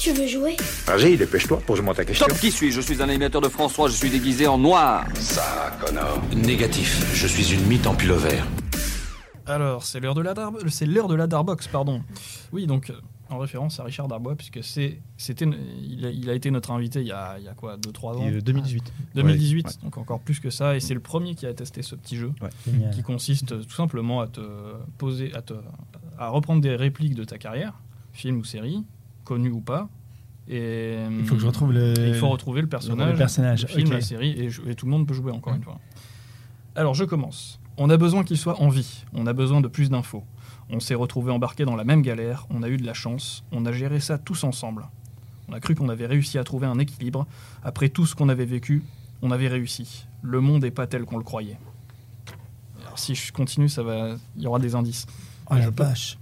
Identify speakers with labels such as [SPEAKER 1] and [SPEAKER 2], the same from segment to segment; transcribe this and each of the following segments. [SPEAKER 1] tu veux jouer
[SPEAKER 2] Vas-y, dépêche-toi, pose-moi ta question.
[SPEAKER 3] Stop, qui suis Je suis un animateur de François, je suis déguisé en noir.
[SPEAKER 4] Ça, Connor.
[SPEAKER 5] Négatif, je suis une mythe en pilover.
[SPEAKER 6] Alors, c'est l'heure de la Dar- c'est l'heure de la Darbox, pardon. Oui, donc euh, en référence à Richard Darbois, puisque c'est, c'était, il a, il a été notre invité il y a, il y a quoi, 2-3 ans
[SPEAKER 7] Ah,
[SPEAKER 8] Et, euh, 2018.
[SPEAKER 6] 2018,
[SPEAKER 8] Ouais, ouais.
[SPEAKER 6] donc encore plus que ça, et c'est le premier qui a testé ce petit jeu,
[SPEAKER 8] Ouais.
[SPEAKER 7] Génial.
[SPEAKER 6] qui consiste euh, tout simplement à te poser, à, te, à reprendre des répliques de ta carrière, film ou série, connu ou pas, et hum,
[SPEAKER 7] Il faut que je retrouve le.
[SPEAKER 6] et il faut retrouver le personnage,
[SPEAKER 7] Euh, le personnage,
[SPEAKER 6] le film,
[SPEAKER 7] ok.
[SPEAKER 6] la série, et, jou- et tout le monde peut jouer encore une fois. Alors je commence. On a besoin qu'il soit en vie, on a besoin de plus d'infos. On s'est retrouvé embarqué dans la même galère, on a eu de la chance, on a géré ça tous ensemble. On a cru qu'on avait réussi à trouver un équilibre. Après tout ce qu'on avait vécu, on avait réussi. Le monde n'est pas tel qu'on le croyait. Alors si je continue, ça va, il y aura des indices.
[SPEAKER 7] Oh la vache.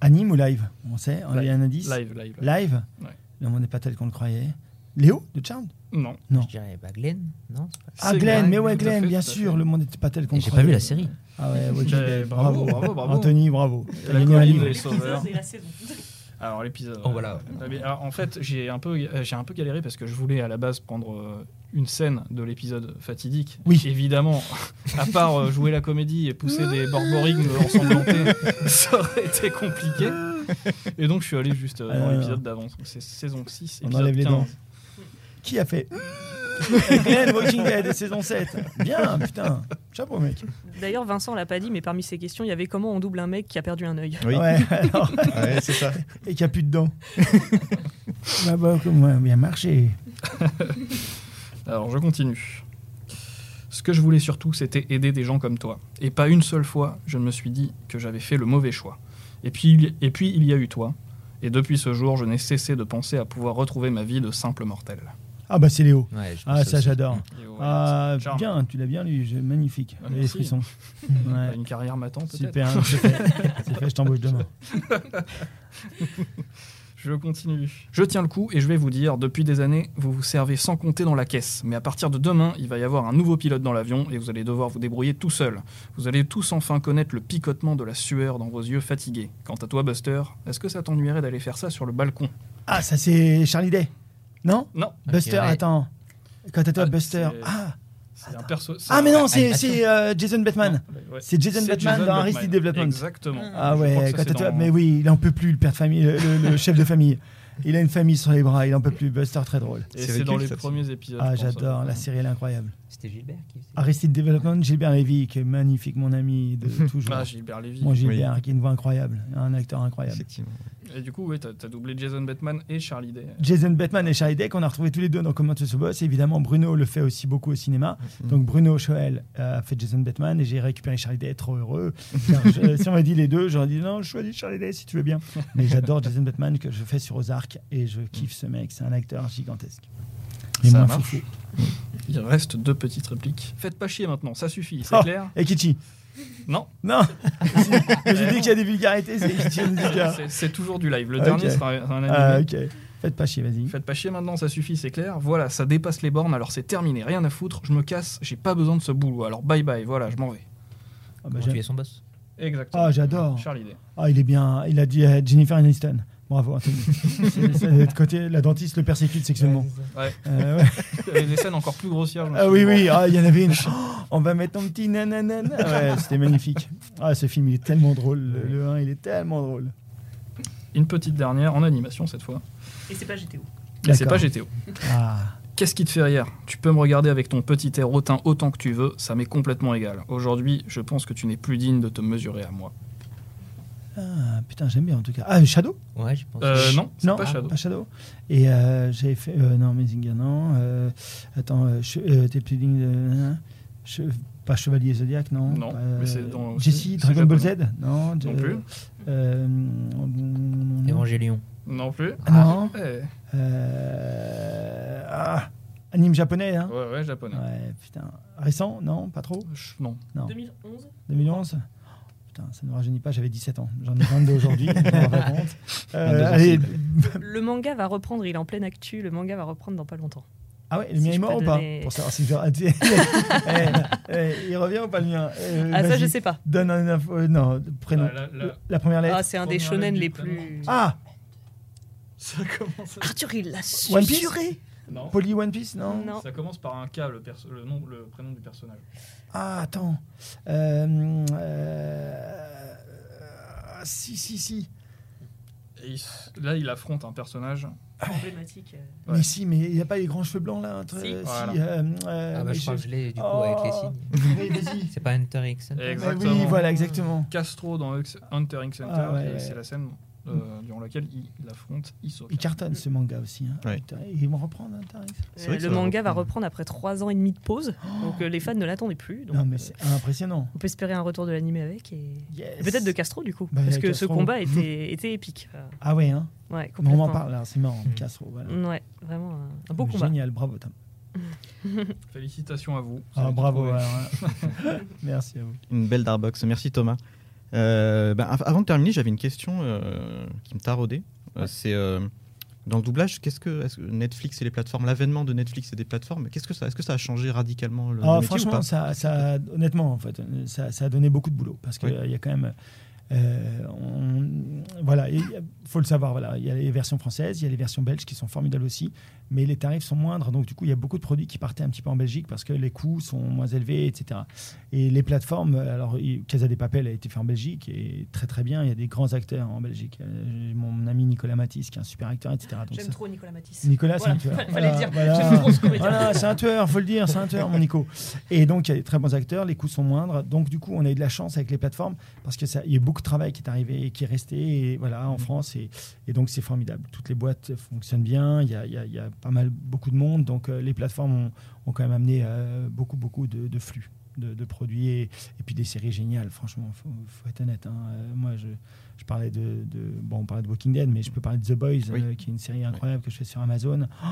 [SPEAKER 7] Anime ou live On sait, on a eu un indice.
[SPEAKER 6] Ah, Live, live. live.
[SPEAKER 7] Live
[SPEAKER 6] Ouais.
[SPEAKER 7] Le monde n'est pas tel qu'on le croyait. Léo de Charmed
[SPEAKER 6] Non.
[SPEAKER 9] Je dirais bah, Glenn, non
[SPEAKER 7] Ah,
[SPEAKER 6] C'est
[SPEAKER 7] Glenn,
[SPEAKER 6] Glenn,
[SPEAKER 7] mais ouais,
[SPEAKER 6] tout à
[SPEAKER 7] Glenn,
[SPEAKER 6] fait,
[SPEAKER 7] bien
[SPEAKER 6] tout à
[SPEAKER 7] sûr,
[SPEAKER 6] fait.
[SPEAKER 7] le monde n'était pas tel qu'on
[SPEAKER 9] Et
[SPEAKER 7] le
[SPEAKER 9] J'ai
[SPEAKER 7] croyait.
[SPEAKER 9] pas vu la série.
[SPEAKER 7] Ah ouais, ouais,
[SPEAKER 6] Eh,
[SPEAKER 7] Gilles,
[SPEAKER 6] bravo, bravo, bravo.
[SPEAKER 7] Anthony, bravo. T'as
[SPEAKER 6] La
[SPEAKER 7] gagné un
[SPEAKER 6] colline
[SPEAKER 7] livre.
[SPEAKER 6] des sauveurs.
[SPEAKER 10] et la saison.
[SPEAKER 6] Alors l'épisode.
[SPEAKER 3] Oh, voilà.
[SPEAKER 6] Ah, mais, alors, en fait, j'ai un peu, euh, j'ai un peu galéré parce que je voulais à la base prendre euh, une scène de l'épisode fatidique.
[SPEAKER 7] Oui.
[SPEAKER 6] Évidemment, à part euh, jouer la comédie et pousser des borborigmes ensanglantés, ça aurait été compliqué. Et donc je suis allé juste euh, dans
[SPEAKER 7] Alors.
[SPEAKER 6] l'épisode d'avance. Donc, C'est saison 6,
[SPEAKER 7] On
[SPEAKER 6] épisode
[SPEAKER 7] enlève les
[SPEAKER 6] 15.
[SPEAKER 7] dents. Qui a fait Glenn Walking Dead, saison 7. Bien, putain. Chapeau, mec.
[SPEAKER 10] D'ailleurs, Vincent l'a pas dit, mais parmi ses questions, il y avait comment on double un mec qui a perdu un œil.
[SPEAKER 8] Oui,
[SPEAKER 7] Ouais, alors,
[SPEAKER 8] ouais, c'est ça.
[SPEAKER 7] et qui a plus de dents. bah, bah, comme, ouais, bien marché.
[SPEAKER 6] Alors je continue. Ce que je voulais surtout, c'était aider des gens comme toi. Et pas une seule fois, je ne me suis dit que j'avais fait le mauvais choix. Et puis, il- et puis il y a eu toi. Et depuis ce jour, je n'ai cessé de penser à pouvoir retrouver ma vie de simple mortel.
[SPEAKER 7] Ah, bah, c'est Léo.
[SPEAKER 9] Ouais, je
[SPEAKER 7] Ah,
[SPEAKER 9] pense
[SPEAKER 7] ça,
[SPEAKER 9] aussi.
[SPEAKER 7] j'adore. Ah,
[SPEAKER 6] Charme.
[SPEAKER 7] bien, tu l'as bien lu, j'ai- magnifique.
[SPEAKER 6] Ah,
[SPEAKER 7] Les
[SPEAKER 6] merci.
[SPEAKER 7] frissons. Ouais.
[SPEAKER 6] Une carrière m'attend peut-être.
[SPEAKER 7] Super, hein, c'est fait. C'est fait, je t'embauche demain.
[SPEAKER 6] Je continue. Je tiens le coup et je vais vous dire, depuis des années, vous vous servez sans compter dans la caisse. Mais à partir de demain, il va y avoir un nouveau pilote dans l'avion et vous allez devoir vous débrouiller tout seul. Vous allez tous enfin connaître le picotement de la sueur dans vos yeux fatigués. Quant à toi, Buster, est-ce que ça t'ennuierait d'aller faire ça sur le balcon
[SPEAKER 7] Ah, ça, c'est Charlie Day. Non
[SPEAKER 6] Non.
[SPEAKER 7] Buster,
[SPEAKER 9] ouais.
[SPEAKER 7] attends. Quant à toi,
[SPEAKER 6] Ah,
[SPEAKER 7] Buster.
[SPEAKER 6] c'est-
[SPEAKER 7] Ah,
[SPEAKER 6] C'est un perso. c'est
[SPEAKER 7] ah, mais
[SPEAKER 6] un-
[SPEAKER 7] non, c'est c'est, euh, Jason Bateman.
[SPEAKER 6] Ouais.
[SPEAKER 7] C'est Jason Bateman dans Arrested Development.
[SPEAKER 6] Exactement.
[SPEAKER 7] Ah
[SPEAKER 6] Je crois que
[SPEAKER 7] ouais,
[SPEAKER 6] ça,
[SPEAKER 7] quand
[SPEAKER 6] c'est
[SPEAKER 7] t'as-
[SPEAKER 6] dans-
[SPEAKER 7] mais oui, il en peut plus, le père de famille, le, le- le chef de famille. Il a une famille sur les bras, il en peut plus. Buster, très drôle.
[SPEAKER 8] C'est
[SPEAKER 6] Et c'est
[SPEAKER 8] ridicule,
[SPEAKER 6] dans les
[SPEAKER 8] ça,
[SPEAKER 6] premiers épisodes.
[SPEAKER 7] Ah,
[SPEAKER 6] je pense.
[SPEAKER 7] j'adore, la série, elle est incroyable.
[SPEAKER 9] C'était Gilbert qui faisait.
[SPEAKER 7] Aristide Development, Gilbert Lévy, qui est magnifique, mon ami de toujours.
[SPEAKER 6] Ah, Gilbert Lévy.
[SPEAKER 7] Mon Gilbert, qui a une voix incroyable, un acteur incroyable.
[SPEAKER 8] Effectivement.
[SPEAKER 6] Et du coup, ouais, t'as t'as doublé Jason Bateman et Charlie Day.
[SPEAKER 7] Jason Bateman et Charlie Day, qu'on a retrouvé tous les deux dans Comment tu se bosses. Évidemment, Bruno le fait aussi beaucoup au cinéma.
[SPEAKER 6] Mm-hmm.
[SPEAKER 7] Donc, Bruno Choel a fait Jason Bateman et j'ai récupéré Charlie Day, trop heureux. Car je- euh, si on m'a dit les deux, j'aurais dit non, je choisis Charlie Day si tu veux bien. Mais j'adore Jason Bateman que je fais sur Ozark et je kiffe ce mec. C'est un acteur gigantesque. Et
[SPEAKER 6] Ça
[SPEAKER 7] moins
[SPEAKER 6] marche.
[SPEAKER 7] foufou.
[SPEAKER 6] Il reste deux petites répliques. Faites pas chier maintenant, ça suffit, c'est
[SPEAKER 7] Oh.
[SPEAKER 6] clair
[SPEAKER 7] Et Kichi
[SPEAKER 6] Non,
[SPEAKER 7] Non J'ai dit qu'il y a des vulgarités, c'est Kichi Onzuka.
[SPEAKER 6] c'est- c'est toujours du live. Le
[SPEAKER 7] Ok.
[SPEAKER 6] dernier sera un, un animé.
[SPEAKER 7] Ah, ok. Faites pas chier, vas-y.
[SPEAKER 6] Faites pas chier maintenant, ça suffit, c'est clair. Voilà, ça dépasse les bornes, alors c'est terminé, rien à foutre, je me casse, j'ai pas besoin de ce boulot, alors bye bye, voilà, je m'en vais.
[SPEAKER 7] Ah, bah,
[SPEAKER 9] Comment
[SPEAKER 7] j'aime.
[SPEAKER 9] tu es son boss
[SPEAKER 6] Exactement.
[SPEAKER 7] Ah, j'adore.
[SPEAKER 6] Charlie Day.
[SPEAKER 7] Ah, il est bien. Il a dit à Jennifer Aniston. Bravo, Anthony. C'est- c'est de l'autre côté, la dentiste le persécute sexuellement.
[SPEAKER 6] Ouais.
[SPEAKER 7] Euh, ouais.
[SPEAKER 6] Il y avait des scènes encore plus grossières. je me
[SPEAKER 7] Ah
[SPEAKER 6] suis
[SPEAKER 7] oui,
[SPEAKER 6] dit,
[SPEAKER 7] oui, ah, il y en avait une. Oh, on va mettre ton petit nananana. Ouais, c'était magnifique. Ah, ce film, il est tellement drôle. Le, 1, il est tellement drôle.
[SPEAKER 6] bon. Une petite dernière, en animation cette fois.
[SPEAKER 10] Et c'est pas GTO.
[SPEAKER 6] Et c'est pas
[SPEAKER 7] D'accord.
[SPEAKER 6] GTO.
[SPEAKER 7] Ah,
[SPEAKER 6] Qu'est-ce qui te fait rire Tu peux me regarder avec ton petit air hautain autant que tu veux, ça m'est complètement égal. Aujourd'hui, je pense que tu n'es plus digne de te mesurer à moi.
[SPEAKER 7] ah, putain, j'aime bien en tout cas. Ah, Shadow
[SPEAKER 9] Ouais, je pense.
[SPEAKER 6] Euh, non, c'est
[SPEAKER 7] Non,
[SPEAKER 6] pas Shadow.
[SPEAKER 7] Pas Shadow. Et euh, j'avais fait. euh, non, Mazinger, non. euh, attends, euh, che- euh, t'es plus digne de. hein, che- pas Chevalier Zodiac, non euh,
[SPEAKER 6] Non, mais c'est dans-
[SPEAKER 7] Jesse,
[SPEAKER 6] c'est
[SPEAKER 7] Dragon Ball Z Non, de-
[SPEAKER 6] Non plus.
[SPEAKER 7] Euh,
[SPEAKER 9] Evangelion.
[SPEAKER 6] Non plus.
[SPEAKER 7] Ah, non.
[SPEAKER 6] Ouais,
[SPEAKER 7] Euh, ah, anime japonais, hein
[SPEAKER 6] ouais, ouais, japonais.
[SPEAKER 7] Ouais, putain. Récent Non, pas trop
[SPEAKER 6] Ch- Non.
[SPEAKER 7] Non.
[SPEAKER 10] 2011
[SPEAKER 7] 2011 Oh, Putain, ça ne me rajeunit pas, j'avais 17 ans. J'en ai 22 aujourd'hui, je m'en rends pas compte. Euh,
[SPEAKER 8] 22 ans,
[SPEAKER 7] allez,
[SPEAKER 10] Le manga va reprendre, il est en pleine actu, le manga va reprendre dans pas longtemps.
[SPEAKER 7] ah ouais, le
[SPEAKER 10] Si
[SPEAKER 7] mien
[SPEAKER 10] je
[SPEAKER 7] est mort
[SPEAKER 10] peux
[SPEAKER 7] ou pas
[SPEAKER 10] donner-
[SPEAKER 7] Pour savoir si je... Ah, tu- Eh, eh, il revient ou pas le mien Euh,
[SPEAKER 10] Ah, ça,
[SPEAKER 7] vas-y,
[SPEAKER 10] je sais pas.
[SPEAKER 7] Donne un info- euh, non, prénom.
[SPEAKER 6] Ah, là, là.
[SPEAKER 7] La première lettre.
[SPEAKER 10] Ah, c'est un des
[SPEAKER 6] Première
[SPEAKER 10] shonen
[SPEAKER 6] lettre
[SPEAKER 10] les
[SPEAKER 6] du prénom.
[SPEAKER 10] plus.
[SPEAKER 7] Ah,
[SPEAKER 6] Ça commence.
[SPEAKER 1] Arthur, il l'a
[SPEAKER 7] One Piece
[SPEAKER 1] susurré.
[SPEAKER 6] Non.
[SPEAKER 7] Polly One Piece, non
[SPEAKER 10] Non.
[SPEAKER 6] Ça commence par un K, le, perso- le nom, le prénom du personnage.
[SPEAKER 7] Ah, attends. Euh, euh, euh, si, si, si.
[SPEAKER 6] Et il s- là, il affronte un personnage.
[SPEAKER 10] Problématique. euh.
[SPEAKER 6] Ouais.
[SPEAKER 7] Mais si, mais il n'y a pas les grands cheveux blancs là entre,
[SPEAKER 10] Si.
[SPEAKER 7] euh,
[SPEAKER 6] Voilà.
[SPEAKER 7] euh, euh,
[SPEAKER 9] Ah bah
[SPEAKER 7] mais
[SPEAKER 9] je crois que je l'ai du coup avec les
[SPEAKER 7] Oh.
[SPEAKER 9] signes.
[SPEAKER 7] Oui, vas-y.
[SPEAKER 9] C'est pas Hunter X. hein Hunter.
[SPEAKER 7] Mais
[SPEAKER 6] Exactement.
[SPEAKER 7] Oui, voilà, exactement.
[SPEAKER 6] Castro dans Hux- Hunter x Hunter,
[SPEAKER 7] Ah, ouais,
[SPEAKER 6] et
[SPEAKER 7] ouais. Mm.
[SPEAKER 6] c'est la scène euh, durant laquelle il, il affronte Hisoka.
[SPEAKER 7] Il cartonne ce manga aussi. Hein.
[SPEAKER 4] Ouais.
[SPEAKER 7] Putain, Ils vont reprendre hein, Hunter x
[SPEAKER 4] C'est vrai que
[SPEAKER 10] le
[SPEAKER 4] ça va
[SPEAKER 10] manga va
[SPEAKER 4] reprendre.
[SPEAKER 10] reprendre après 3 ans et demi de pause, donc euh, les fans ne l'attendaient plus. donc,
[SPEAKER 7] Non, mais
[SPEAKER 10] euh,
[SPEAKER 7] c'est impressionnant.
[SPEAKER 10] on peut espérer un retour de l'anime avec et,
[SPEAKER 7] Yes.
[SPEAKER 10] et peut-être de Castro du coup,
[SPEAKER 7] Bah,
[SPEAKER 10] parce que
[SPEAKER 7] Castro.
[SPEAKER 10] ce combat était, était épique. Enfin,
[SPEAKER 7] Ah ouais, hein.
[SPEAKER 10] ouais,
[SPEAKER 7] Mais on
[SPEAKER 10] complètement.
[SPEAKER 7] en parle là, c'est marrant.
[SPEAKER 9] Mm.
[SPEAKER 7] Castro, voilà.
[SPEAKER 10] Ouais, vraiment un, un beau combat.
[SPEAKER 7] Génial, bravo Tom.
[SPEAKER 6] Félicitations à vous. Vous
[SPEAKER 7] Ah,
[SPEAKER 6] avez
[SPEAKER 7] bravo.
[SPEAKER 6] trouvé.
[SPEAKER 7] voilà. Merci à vous.
[SPEAKER 4] Une belle Darbox. Merci Thomas. Euh, ben, av- avant de terminer, j'avais une question euh, qui me taraudait. Euh, C'est euh, dans le doublage, qu'est-ce que, est-ce que Netflix et les plateformes, l'avènement de Netflix et des plateformes, qu'est-ce que ça, est-ce que ça a changé radicalement le, le
[SPEAKER 7] Ah,
[SPEAKER 4] métier ou
[SPEAKER 7] franchement,
[SPEAKER 4] pas
[SPEAKER 7] ça, ça, honnêtement, en fait, ça, ça a donné beaucoup de boulot parce qu'il
[SPEAKER 4] Oui.
[SPEAKER 7] y a quand même. euh, on- voilà, il faut le savoir. Voilà, il y a les versions françaises, il y a les versions belges qui sont formidables aussi, mais les tarifs sont moindres. Donc du coup, il y a beaucoup de produits qui partaient un petit peu en Belgique parce que les coûts sont moins élevés, etc. Et les plateformes, alors il- Casa des Papel a été fait en Belgique et très très bien. Il y a des grands acteurs en Belgique. Euh, j'ai Mon ami Nicolas Matisse, qui est un super acteur, etc. Donc,
[SPEAKER 10] J'aime
[SPEAKER 7] ça-
[SPEAKER 10] trop Nicolas Matisse.
[SPEAKER 7] Nicolas,
[SPEAKER 10] Voilà,
[SPEAKER 7] c'est un tueur.
[SPEAKER 10] fallait le dire.
[SPEAKER 7] Voilà,
[SPEAKER 10] J'aime trop ce comédien.
[SPEAKER 7] Voilà, c'est un tueur, faut le dire, c'est un tueur, mon Nico. Et donc, il y a des très bons acteurs, les coûts sont moindres. Donc, du coup, on a eu de la chance avec les plateformes parce qu'il y a eu beaucoup de travail qui est arrivé et qui est resté et, voilà,
[SPEAKER 10] Mm.
[SPEAKER 7] en France. Et, et donc, c'est formidable. Toutes les boîtes fonctionnent bien, il y a, il y a- il y a pas mal, beaucoup de monde. Donc, euh, les plateformes ont, ont quand même amené euh, beaucoup, beaucoup de, de flux de, de produits et, et puis des séries géniales. Franchement, faut, faut être honnête. hein. Euh, moi, je, je parlais de, de- Bon, on parlait de Walking Dead, mais je peux parler de The Boys,
[SPEAKER 4] Oui.
[SPEAKER 7] euh, qui est une série incroyable que je fais sur Amazon. Oh,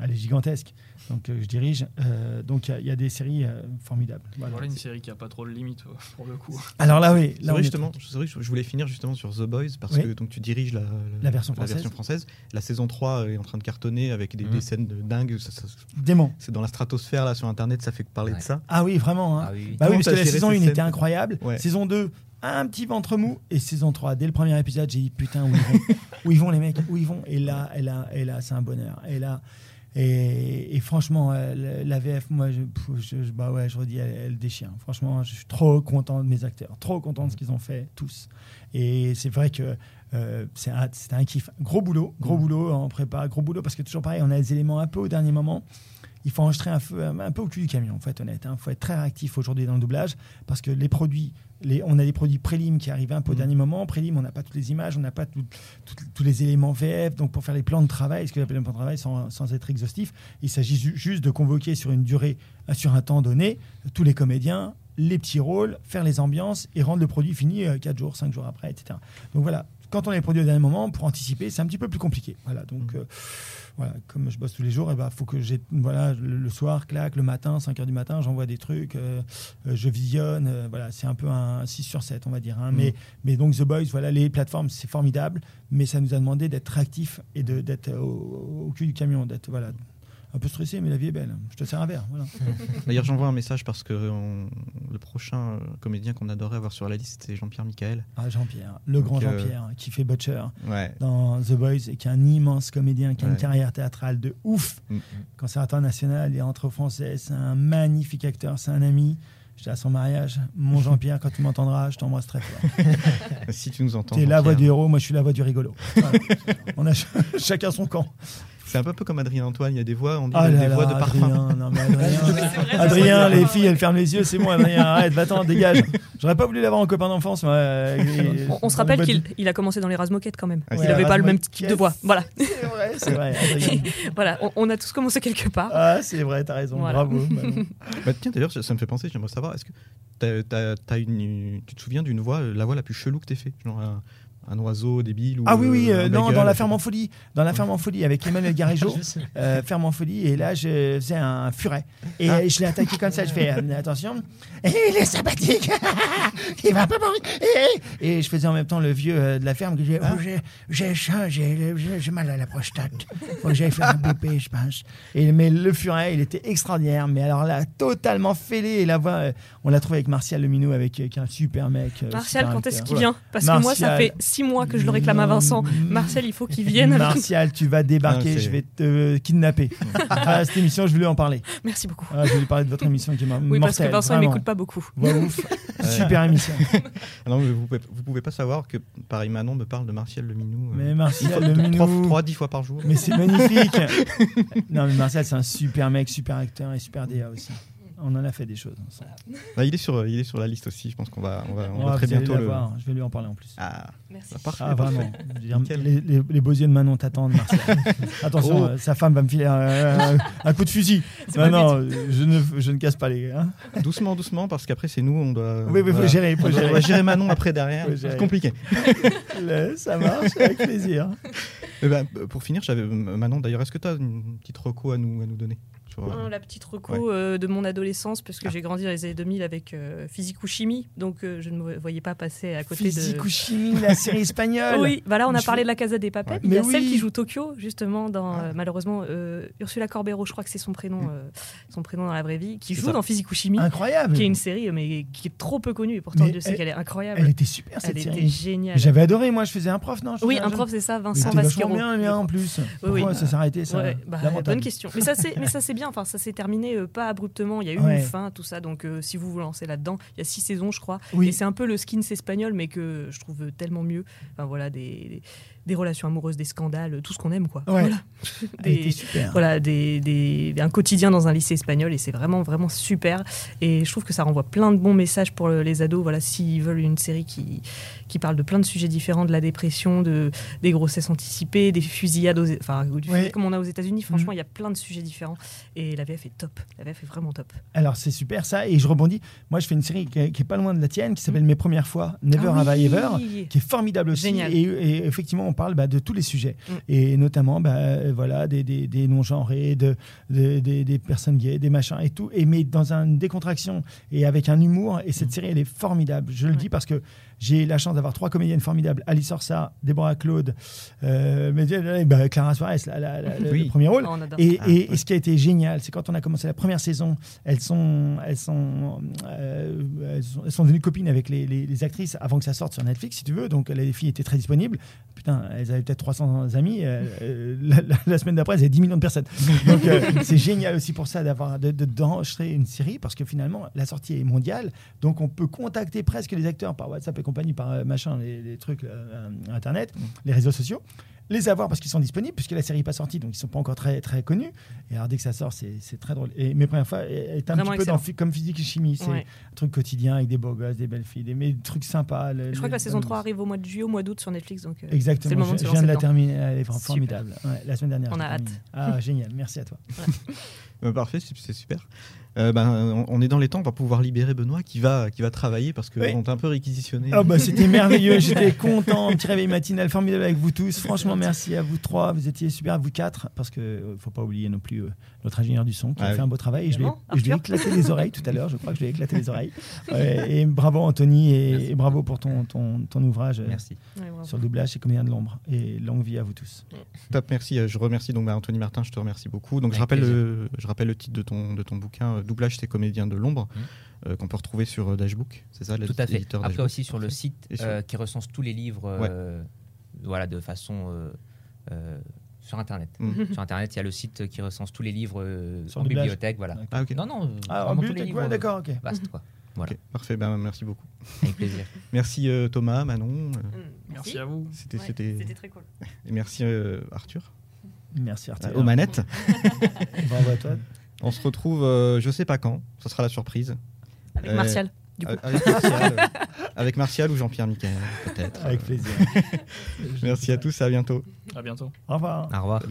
[SPEAKER 7] elle est gigantesque. Donc, euh, je dirige. Euh, donc, il y a- il y, a des séries euh, formidables. Voilà.
[SPEAKER 6] Voilà une série qui a pas trop de limites euh, pour le coup.
[SPEAKER 7] Alors là, oui.
[SPEAKER 4] C'est
[SPEAKER 7] Là, on
[SPEAKER 4] vrai,
[SPEAKER 7] est
[SPEAKER 4] justement,
[SPEAKER 7] tranquille.
[SPEAKER 4] c'est vrai, je je voulais finir justement sur The Boys parce
[SPEAKER 7] Oui.
[SPEAKER 4] que donc, tu diriges la, la-
[SPEAKER 7] La version française.
[SPEAKER 4] française. La saison 3 est en train de cartonner avec des,
[SPEAKER 5] Mhm.
[SPEAKER 4] des scènes de dingue. Ça- ça-
[SPEAKER 7] Dément.
[SPEAKER 4] c'est dans la stratosphère là sur internet, ça fait que parler
[SPEAKER 9] Ouais.
[SPEAKER 4] de ça.
[SPEAKER 7] Ah oui, vraiment. hein.
[SPEAKER 9] Ah oui. oui.
[SPEAKER 7] Bah oui,
[SPEAKER 4] Comment
[SPEAKER 7] parce
[SPEAKER 4] t'as
[SPEAKER 7] que la
[SPEAKER 4] géré
[SPEAKER 7] saison
[SPEAKER 4] ces
[SPEAKER 7] 1
[SPEAKER 4] scènes
[SPEAKER 7] était incroyable.
[SPEAKER 4] Ouais.
[SPEAKER 7] Saison 2, un petit ventre mou. Et saison 3, dès le premier épisode, j'ai dit putain, où ils vont, où ils vont les mecs, où ils vont. Et là, et là, et là c'est un bonheur. Et là. Et, et franchement, euh, le- la VF, moi, je, pff, je- je- bah ouais, je redis, elle, elle déchire. Franchement, je suis trop content de mes acteurs, trop content de ce qu'ils ont fait, tous. Et c'est vrai que euh, c'est un, c'est un kiff. Gros boulot, gros boulot en prépa, gros boulot, parce que toujours pareil, on a des éléments un peu au dernier moment. Il faut enregistrer un, feu, un peu au cul du camion, faut être honnête. Il faut être très réactif aujourd'hui dans le doublage, parce que les produits, les, on a des produits prélims qui arrivent un peu au
[SPEAKER 4] Mhm.
[SPEAKER 7] dernier moment. Prélims, on n'a pas toutes les images, on n'a pas tout- tout- tous les éléments VF. Donc pour faire les plans de travail, ce que j'appelle un plan de travail sans, sans être exhaustif, il s'agit ju- juste de convoquer sur une durée, euh, sur un temps donné, tous les comédiens, les petits rôles, faire les ambiances et rendre le produit fini 4 jours, 5 jours après, etc. Donc voilà, quand on est produit au dernier moment, pour anticiper, c'est un petit peu plus compliqué. Voilà, donc euh, voilà, comme je bosse tous les jours, il ben, faut que j'ai voilà, le, le soir, claque, le matin, 5 heures du matin, j'envoie des trucs, euh, euh, je visionne, euh, voilà, c'est un peu un 6 sur 7, on va dire. hein.
[SPEAKER 4] Mm.
[SPEAKER 7] mais, mais donc The Boys, voilà, les plateformes, c'est formidable, mais ça nous a demandé d'être actifs et de- d'être euh, au, au cul du camion, d'être voilà, un peu stressé, mais la vie est belle. Je te sers un verre, voilà.
[SPEAKER 4] D'ailleurs, j'envoie un message parce que on- le prochain euh, comédien qu'on adorait avoir sur la liste, c'est Jean-Pierre Michael.
[SPEAKER 7] Ah, Jean-Pierre, le
[SPEAKER 4] Donc,
[SPEAKER 7] grand
[SPEAKER 4] euh,
[SPEAKER 7] Jean-Pierre qui fait Butcher.
[SPEAKER 4] Ouais.
[SPEAKER 7] dans The Boys et qui est un immense comédien, qui a une
[SPEAKER 4] Ouais.
[SPEAKER 7] carrière théâtrale de ouf.
[SPEAKER 4] Mm.
[SPEAKER 7] Conservateur national et entre français, c'est un magnifique acteur, c'est un ami. J'étais à son mariage. Mon Jean-Pierre, quand tu m'entendras, je t'embrasse très fort.
[SPEAKER 4] Si tu nous entends.
[SPEAKER 7] T'es la voix
[SPEAKER 4] Jean-Pierre.
[SPEAKER 7] du héros, moi je suis la voix du rigolo. Voilà. On a ch- chacun son camp.
[SPEAKER 4] C'est un peu comme Adrien Antoine, il y a des voix, on dit
[SPEAKER 7] Ah
[SPEAKER 4] des
[SPEAKER 7] là là,
[SPEAKER 4] voix de parfum.
[SPEAKER 7] Adrien, non mais Adrien, Adrien,
[SPEAKER 10] vrai, ça, c'est
[SPEAKER 7] les
[SPEAKER 10] vrai.
[SPEAKER 7] filles, elles ferment les yeux, c'est bon, Adrien, arrête, va-t'en, dégage. J'aurais pas voulu l'avoir en copain d'enfance. moi, euh,
[SPEAKER 10] On, on se
[SPEAKER 7] une
[SPEAKER 10] rappelle
[SPEAKER 7] bonne-
[SPEAKER 10] qu'il il a commencé dans les Razmoquettes quand même.
[SPEAKER 4] Ah,
[SPEAKER 7] Ouais,
[SPEAKER 10] il n'avait pas le même
[SPEAKER 7] Razmoquettes.
[SPEAKER 10] type de voix. Voilà,
[SPEAKER 7] C'est vrai, c'est vrai. Adrien.
[SPEAKER 10] voilà. On, on a tous commencé quelque part.
[SPEAKER 7] Ah, c'est vrai, t'as raison,
[SPEAKER 10] Voilà.
[SPEAKER 7] bravo. Manon.
[SPEAKER 4] Bah, tiens, d'ailleurs, ça ça me fait penser, j'aimerais savoir, est-ce que t'as- t'as- t'as une, tu te souviens d'une voix, euh, la voix la plus chelou que t'aies fait Genre un, un oiseau débile ou
[SPEAKER 7] Ah oui, oui,
[SPEAKER 4] euh,
[SPEAKER 7] euh,
[SPEAKER 4] un
[SPEAKER 7] non,
[SPEAKER 4] bagel,
[SPEAKER 7] dans la
[SPEAKER 4] je sais
[SPEAKER 7] ferme
[SPEAKER 4] pas.
[SPEAKER 7] en folie, dans la ferme en folie avec Emmanuel
[SPEAKER 9] Ah,
[SPEAKER 7] Garigeau, euh, ferme en folie, et là je faisais un furet. Et euh, je l'ai attaqué comme ça, je fais euh, attention, et il est sympathique, il va pas mourir. Eh, eh. Et je faisais en même temps le vieux euh, de la ferme que j'ai, oh, j'ai- j'ai chaud, j'ai le- j'ai- j'ai mal à la prostate, faut que j'aille faire un bébé, je pense. Et, mais le furet, il était extraordinaire, mais alors là, totalement fêlé, et la voix, euh, on l'a trouvé avec Martial Leminou, avec, euh, qui est un super mec. euh,
[SPEAKER 10] Martial,
[SPEAKER 7] super
[SPEAKER 10] quand est-ce
[SPEAKER 7] acteur.
[SPEAKER 10] qu'il vient Parce que moi, ça
[SPEAKER 7] Martial. Mm,
[SPEAKER 10] fait six mois que je le réclame à Vincent. Marcel, il faut qu'il vienne. Avec...
[SPEAKER 7] Martial, tu vas débarquer,
[SPEAKER 4] Non, c'est-
[SPEAKER 7] je vais te euh, kidnapper. Ah, cette émission, je voulais en parler.
[SPEAKER 10] Merci beaucoup.
[SPEAKER 7] Ah, je voulais parler de votre émission qui m'a
[SPEAKER 10] Oui, parce que
[SPEAKER 7] mortelle,
[SPEAKER 10] Vincent, il
[SPEAKER 7] vraiment.
[SPEAKER 10] m'écoute pas beaucoup.
[SPEAKER 7] Voix ouf,
[SPEAKER 4] Ouais.
[SPEAKER 7] super émission.
[SPEAKER 4] Non, mais vous pouvez, vous pouvez pas savoir que pareil Manon me parle de Martial le Minou. euh,
[SPEAKER 7] Mais Martial, le minou.
[SPEAKER 4] trois, trois, dix fois par jour.
[SPEAKER 7] Mais c'est magnifique. non, mais Martial, c'est un super mec, super acteur et super DA aussi. On en a fait des choses. ensemble.
[SPEAKER 4] Ah, il est sur, il est sur la liste aussi. Je pense qu'on va, on va, on
[SPEAKER 7] Oh,
[SPEAKER 4] va très
[SPEAKER 7] vous allez
[SPEAKER 4] bientôt
[SPEAKER 7] la
[SPEAKER 4] le.
[SPEAKER 7] voir, Je vais lui en parler en plus.
[SPEAKER 4] Ah,
[SPEAKER 10] Merci.
[SPEAKER 4] bah, parfait.
[SPEAKER 7] Ah,
[SPEAKER 4] parfait.
[SPEAKER 7] vraiment. Je veux dire,
[SPEAKER 4] Nickel.
[SPEAKER 7] les, les- les beaux yeux de Manon t'attendent, Martial. Attention,
[SPEAKER 4] Oh.
[SPEAKER 7] euh, sa femme va me filer euh, un coup de fusil.
[SPEAKER 10] C'est pas
[SPEAKER 7] Non,
[SPEAKER 10] le but.
[SPEAKER 7] non, je ne, je ne casse pas les gars. hein.
[SPEAKER 4] Doucement, doucement, parce qu'après c'est nous, on doit.
[SPEAKER 7] Oui, oui, faut
[SPEAKER 4] Euh, voilà.
[SPEAKER 7] gérer, faut
[SPEAKER 4] On doit- on
[SPEAKER 7] gérer.
[SPEAKER 4] doit gérer Manon après derrière.
[SPEAKER 7] Faut gérer.
[SPEAKER 4] C'est compliqué.
[SPEAKER 7] Le- Ça marche, avec plaisir.
[SPEAKER 4] Eh ben, pour finir, j'avais Manon. D'ailleurs, est-ce que tu as une petite reco à nous, à nous donner sur-
[SPEAKER 10] Hein, la petite reco euh, de mon adolescence, parce
[SPEAKER 7] Ah.
[SPEAKER 10] que j'ai grandi dans les années 2000 avec euh, physique ou chimie, donc euh, je ne me voyais pas passer à côté
[SPEAKER 7] Physique
[SPEAKER 10] de.
[SPEAKER 7] ou chimie, la série
[SPEAKER 4] Ah
[SPEAKER 7] espagnole.
[SPEAKER 10] Oui, voilà, on a
[SPEAKER 7] Je
[SPEAKER 10] parlé
[SPEAKER 7] fais-
[SPEAKER 10] de la Casa des Papels.
[SPEAKER 4] Ouais.
[SPEAKER 10] Il y a
[SPEAKER 7] Mais
[SPEAKER 10] celle
[SPEAKER 7] oui.
[SPEAKER 10] qui joue Tokyo, justement, dans
[SPEAKER 4] Ah.
[SPEAKER 10] euh, malheureusement euh, Ursula Corbero, je crois que c'est son prénom, euh, son prénom dans la vraie vie, qui
[SPEAKER 4] Mm. C'est
[SPEAKER 10] joue
[SPEAKER 4] ça.
[SPEAKER 10] dans Physique ou chimie,
[SPEAKER 7] Incroyable.
[SPEAKER 10] qui est une série mais qui est trop peu connue et pourtant
[SPEAKER 7] Mais
[SPEAKER 10] Dieu sait
[SPEAKER 7] elle-
[SPEAKER 10] qu'elle est incroyable.
[SPEAKER 7] Elle était super cette
[SPEAKER 10] Elle était
[SPEAKER 7] série.
[SPEAKER 10] géniale.
[SPEAKER 7] J'avais adoré, moi je faisais un prof, non je
[SPEAKER 10] Oui,
[SPEAKER 7] faisais
[SPEAKER 10] un prof, c'est ça,
[SPEAKER 7] C'était
[SPEAKER 10] Vincent
[SPEAKER 7] vachement
[SPEAKER 10] Vasquero.
[SPEAKER 7] bien, lui, hein, en plus. Pourquoi
[SPEAKER 10] oui.
[SPEAKER 7] ça s'est arrêté, ça
[SPEAKER 10] Ouais, bah,
[SPEAKER 7] Lamentable.
[SPEAKER 10] bonne question. Mais ça c'est, mais ça c'est bien. Enfin, ça s'est terminé euh, pas abruptement. Il y a eu
[SPEAKER 7] Ouais.
[SPEAKER 10] une fin, tout ça. Donc, euh, si vous vous lancez là-dedans, il y a six saisons, je crois.
[SPEAKER 7] Oui.
[SPEAKER 10] Et c'est un peu le skins espagnol, mais que je trouve tellement mieux. Enfin voilà, des, des, des relations amoureuses, des scandales, tout ce qu'on aime, quoi.
[SPEAKER 7] Ouais.
[SPEAKER 10] Voilà,
[SPEAKER 7] Elle
[SPEAKER 10] des-
[SPEAKER 7] était super.
[SPEAKER 10] voilà, des, des- un quotidien dans un lycée espagnol, et c'est vraiment vraiment super. Et je trouve que ça renvoie plein de bons messages pour le- les ados. Voilà, s'ils veulent une série qui qui parle de plein de sujets différents, de la dépression, de des grossesses anticipées, des fusillades, aux, enfin ou du-
[SPEAKER 7] Ouais. Mm-hmm.
[SPEAKER 10] comme on a aux États-Unis. Franchement, il y a plein de sujets différents, et la VF est top. La VF est vraiment top.
[SPEAKER 7] Alors c'est super ça, et je rebondis. Moi je fais une série qui est, qui est pas loin de la tienne, qui s'appelle Mes premières fois, Never
[SPEAKER 10] Hmm. Ah
[SPEAKER 7] Have I
[SPEAKER 10] oui.
[SPEAKER 7] Ever. qui est formidable aussi.
[SPEAKER 10] Génial.
[SPEAKER 7] Et, et effectivement, on parle bah, de tous les sujets.
[SPEAKER 10] Mm.
[SPEAKER 7] Et notamment, bah, euh, voilà, des, des- des non-genrés, de, de- des, des personnes gays, des machins et tout. Et mais dans une décontraction et avec un humour. Et cette série, elle est formidable. Je le
[SPEAKER 10] Mm. Ouais.
[SPEAKER 7] dis parce que j'ai la chance d'avoir trois comédiennes formidables. Alice Orsa, Déborah Claude, euh, mais, euh, bah, Clara Suarez, la- la- la- le-
[SPEAKER 4] Oui.
[SPEAKER 7] le premier rôle.
[SPEAKER 10] Oh, on adore.
[SPEAKER 7] Et,
[SPEAKER 4] Ah,
[SPEAKER 7] et- et
[SPEAKER 4] ouais.
[SPEAKER 7] ce qui a été génial, c'est quand on a commencé la première saison, elles sont, elles sont, euh, elles sont, elles sont devenues copines avec les, les- les actrices avant que ça sorte sur Netflix, si tu veux. Donc les filles étaient très disponibles. Putain, elles avaient peut-être 300 amis. euh, euh, la, la- la semaine d'après, elles avaient 10 millions de personnes. Donc euh, c'est génial aussi pour ça d'avoir de- de- d'enregistrer une série parce que finalement la sortie est mondiale. Donc on peut contacter presque les acteurs par WhatsApp et compagnie, par euh, machin, les, les trucs, euh, euh,
[SPEAKER 10] Mm.
[SPEAKER 7] Internet, les réseaux sociaux. Les avoir parce qu'ils sont disponibles, puisque la série n'est pas sortie, donc ils ne sont pas encore très, très connus. Et alors dès que ça sort, c'est c'est très drôle. Et mes premières fois est est un
[SPEAKER 10] Vraiment
[SPEAKER 7] petit peu dans, phy- comme physique et chimie. C'est
[SPEAKER 10] Ouais.
[SPEAKER 7] un truc quotidien avec des beaux gosses, des belles filles, des, mais des trucs sympas. le-
[SPEAKER 10] Je crois
[SPEAKER 7] le-
[SPEAKER 10] que la saison
[SPEAKER 7] le-
[SPEAKER 10] 3 arrive au mois de juillet, au mois d'août sur Netflix. Donc, euh,
[SPEAKER 7] Exactement.
[SPEAKER 10] C'est le moment
[SPEAKER 7] je,
[SPEAKER 10] de se
[SPEAKER 7] je viens de la
[SPEAKER 10] lancer
[SPEAKER 7] terminer. Elle est vraiment
[SPEAKER 10] Super.
[SPEAKER 7] formidable. Ouais, la semaine dernière.
[SPEAKER 10] On
[SPEAKER 7] je l'ai
[SPEAKER 10] a hâte.
[SPEAKER 7] terminée. Ah, génial. Merci à toi.
[SPEAKER 4] Euh, parfait, c'est c'est super. Euh, ben, on, on est dans les temps, on va pouvoir libérer Benoît qui va, qui va travailler parce que
[SPEAKER 7] Oui.
[SPEAKER 4] on t'a un peu réquisitionné.
[SPEAKER 7] Ah bah, c'était merveilleux. J'étais content. Un petit réveil matinal formidable avec vous tous. Franchement, merci à vous trois. Vous étiez super, vous quatre, parce que euh, faut pas oublier non plus euh, notre ingénieur du son qui a
[SPEAKER 4] Ah
[SPEAKER 7] fait
[SPEAKER 4] oui.
[SPEAKER 7] un beau travail. Et je lui ai-
[SPEAKER 10] Vraiment,
[SPEAKER 7] et je lui ai
[SPEAKER 10] Arthur
[SPEAKER 7] éclaté les oreilles tout à l'heure. Je crois que je lui ai éclaté les oreilles. Ouais, et bravo Anthony et, et bravo pour ton, ton, ton ouvrage. euh,
[SPEAKER 4] Merci.
[SPEAKER 10] ouais, vraiment.
[SPEAKER 7] sur le doublage c'est Comédien de l'ombre. Et longue vie à vous tous.
[SPEAKER 4] Top, merci. Euh, Je remercie donc bah, Anthony Martin, je te remercie beaucoup. Donc je
[SPEAKER 9] Avec
[SPEAKER 4] rappelle,
[SPEAKER 9] plaisir.
[SPEAKER 4] euh, je rappelle le titre de ton, de ton bouquin, euh, Doublage, c'est comédien de l'ombre,
[SPEAKER 7] Mmh.
[SPEAKER 4] euh, qu'on peut retrouver sur euh, Dashbook, c'est ça
[SPEAKER 9] Tout à fait.
[SPEAKER 4] l'éditeur
[SPEAKER 9] Après
[SPEAKER 4] Dashbook.
[SPEAKER 9] aussi sur le site
[SPEAKER 4] Et sur-
[SPEAKER 9] euh, qui recense tous les livres euh, voilà, de façon euh, euh, sur Internet.
[SPEAKER 4] Mm.
[SPEAKER 9] sur Internet, il y a le site qui recense tous les livres euh,
[SPEAKER 7] Sur
[SPEAKER 9] en
[SPEAKER 7] le blast.
[SPEAKER 9] bibliothèque. Voilà.
[SPEAKER 4] Ah ok,
[SPEAKER 9] Non, non, euh,
[SPEAKER 7] Ah, en
[SPEAKER 9] vraiment tous les
[SPEAKER 7] bibliothèque,
[SPEAKER 9] livres.
[SPEAKER 7] ouais,
[SPEAKER 9] euh,
[SPEAKER 7] d'accord, ok.
[SPEAKER 9] Vaste, quoi. Voilà,
[SPEAKER 4] Ok, parfait, ben, merci beaucoup.
[SPEAKER 9] avec plaisir.
[SPEAKER 4] Merci euh, Thomas, Manon, euh,
[SPEAKER 10] Mm,
[SPEAKER 6] Merci à vous.
[SPEAKER 4] c'était,
[SPEAKER 10] Ouais,
[SPEAKER 4] c'était...
[SPEAKER 10] C'était très cool.
[SPEAKER 4] Et merci euh, Arthur,
[SPEAKER 7] Merci
[SPEAKER 4] euh,
[SPEAKER 7] Arthur.
[SPEAKER 4] aux manettes.
[SPEAKER 7] Bravo à toi.
[SPEAKER 4] On se retrouve, euh, je sais pas quand, ça sera la surprise.
[SPEAKER 10] Avec
[SPEAKER 4] Euh,
[SPEAKER 10] Martial. Du coup.
[SPEAKER 4] Euh, Avec Martial, euh, avec Martial ou Jean-Pierre Michael, peut-être.
[SPEAKER 7] Avec plaisir.
[SPEAKER 4] Merci à tous, à bientôt.
[SPEAKER 6] À bientôt.
[SPEAKER 7] Au revoir.
[SPEAKER 9] Au revoir.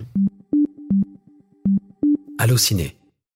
[SPEAKER 5] Allociné,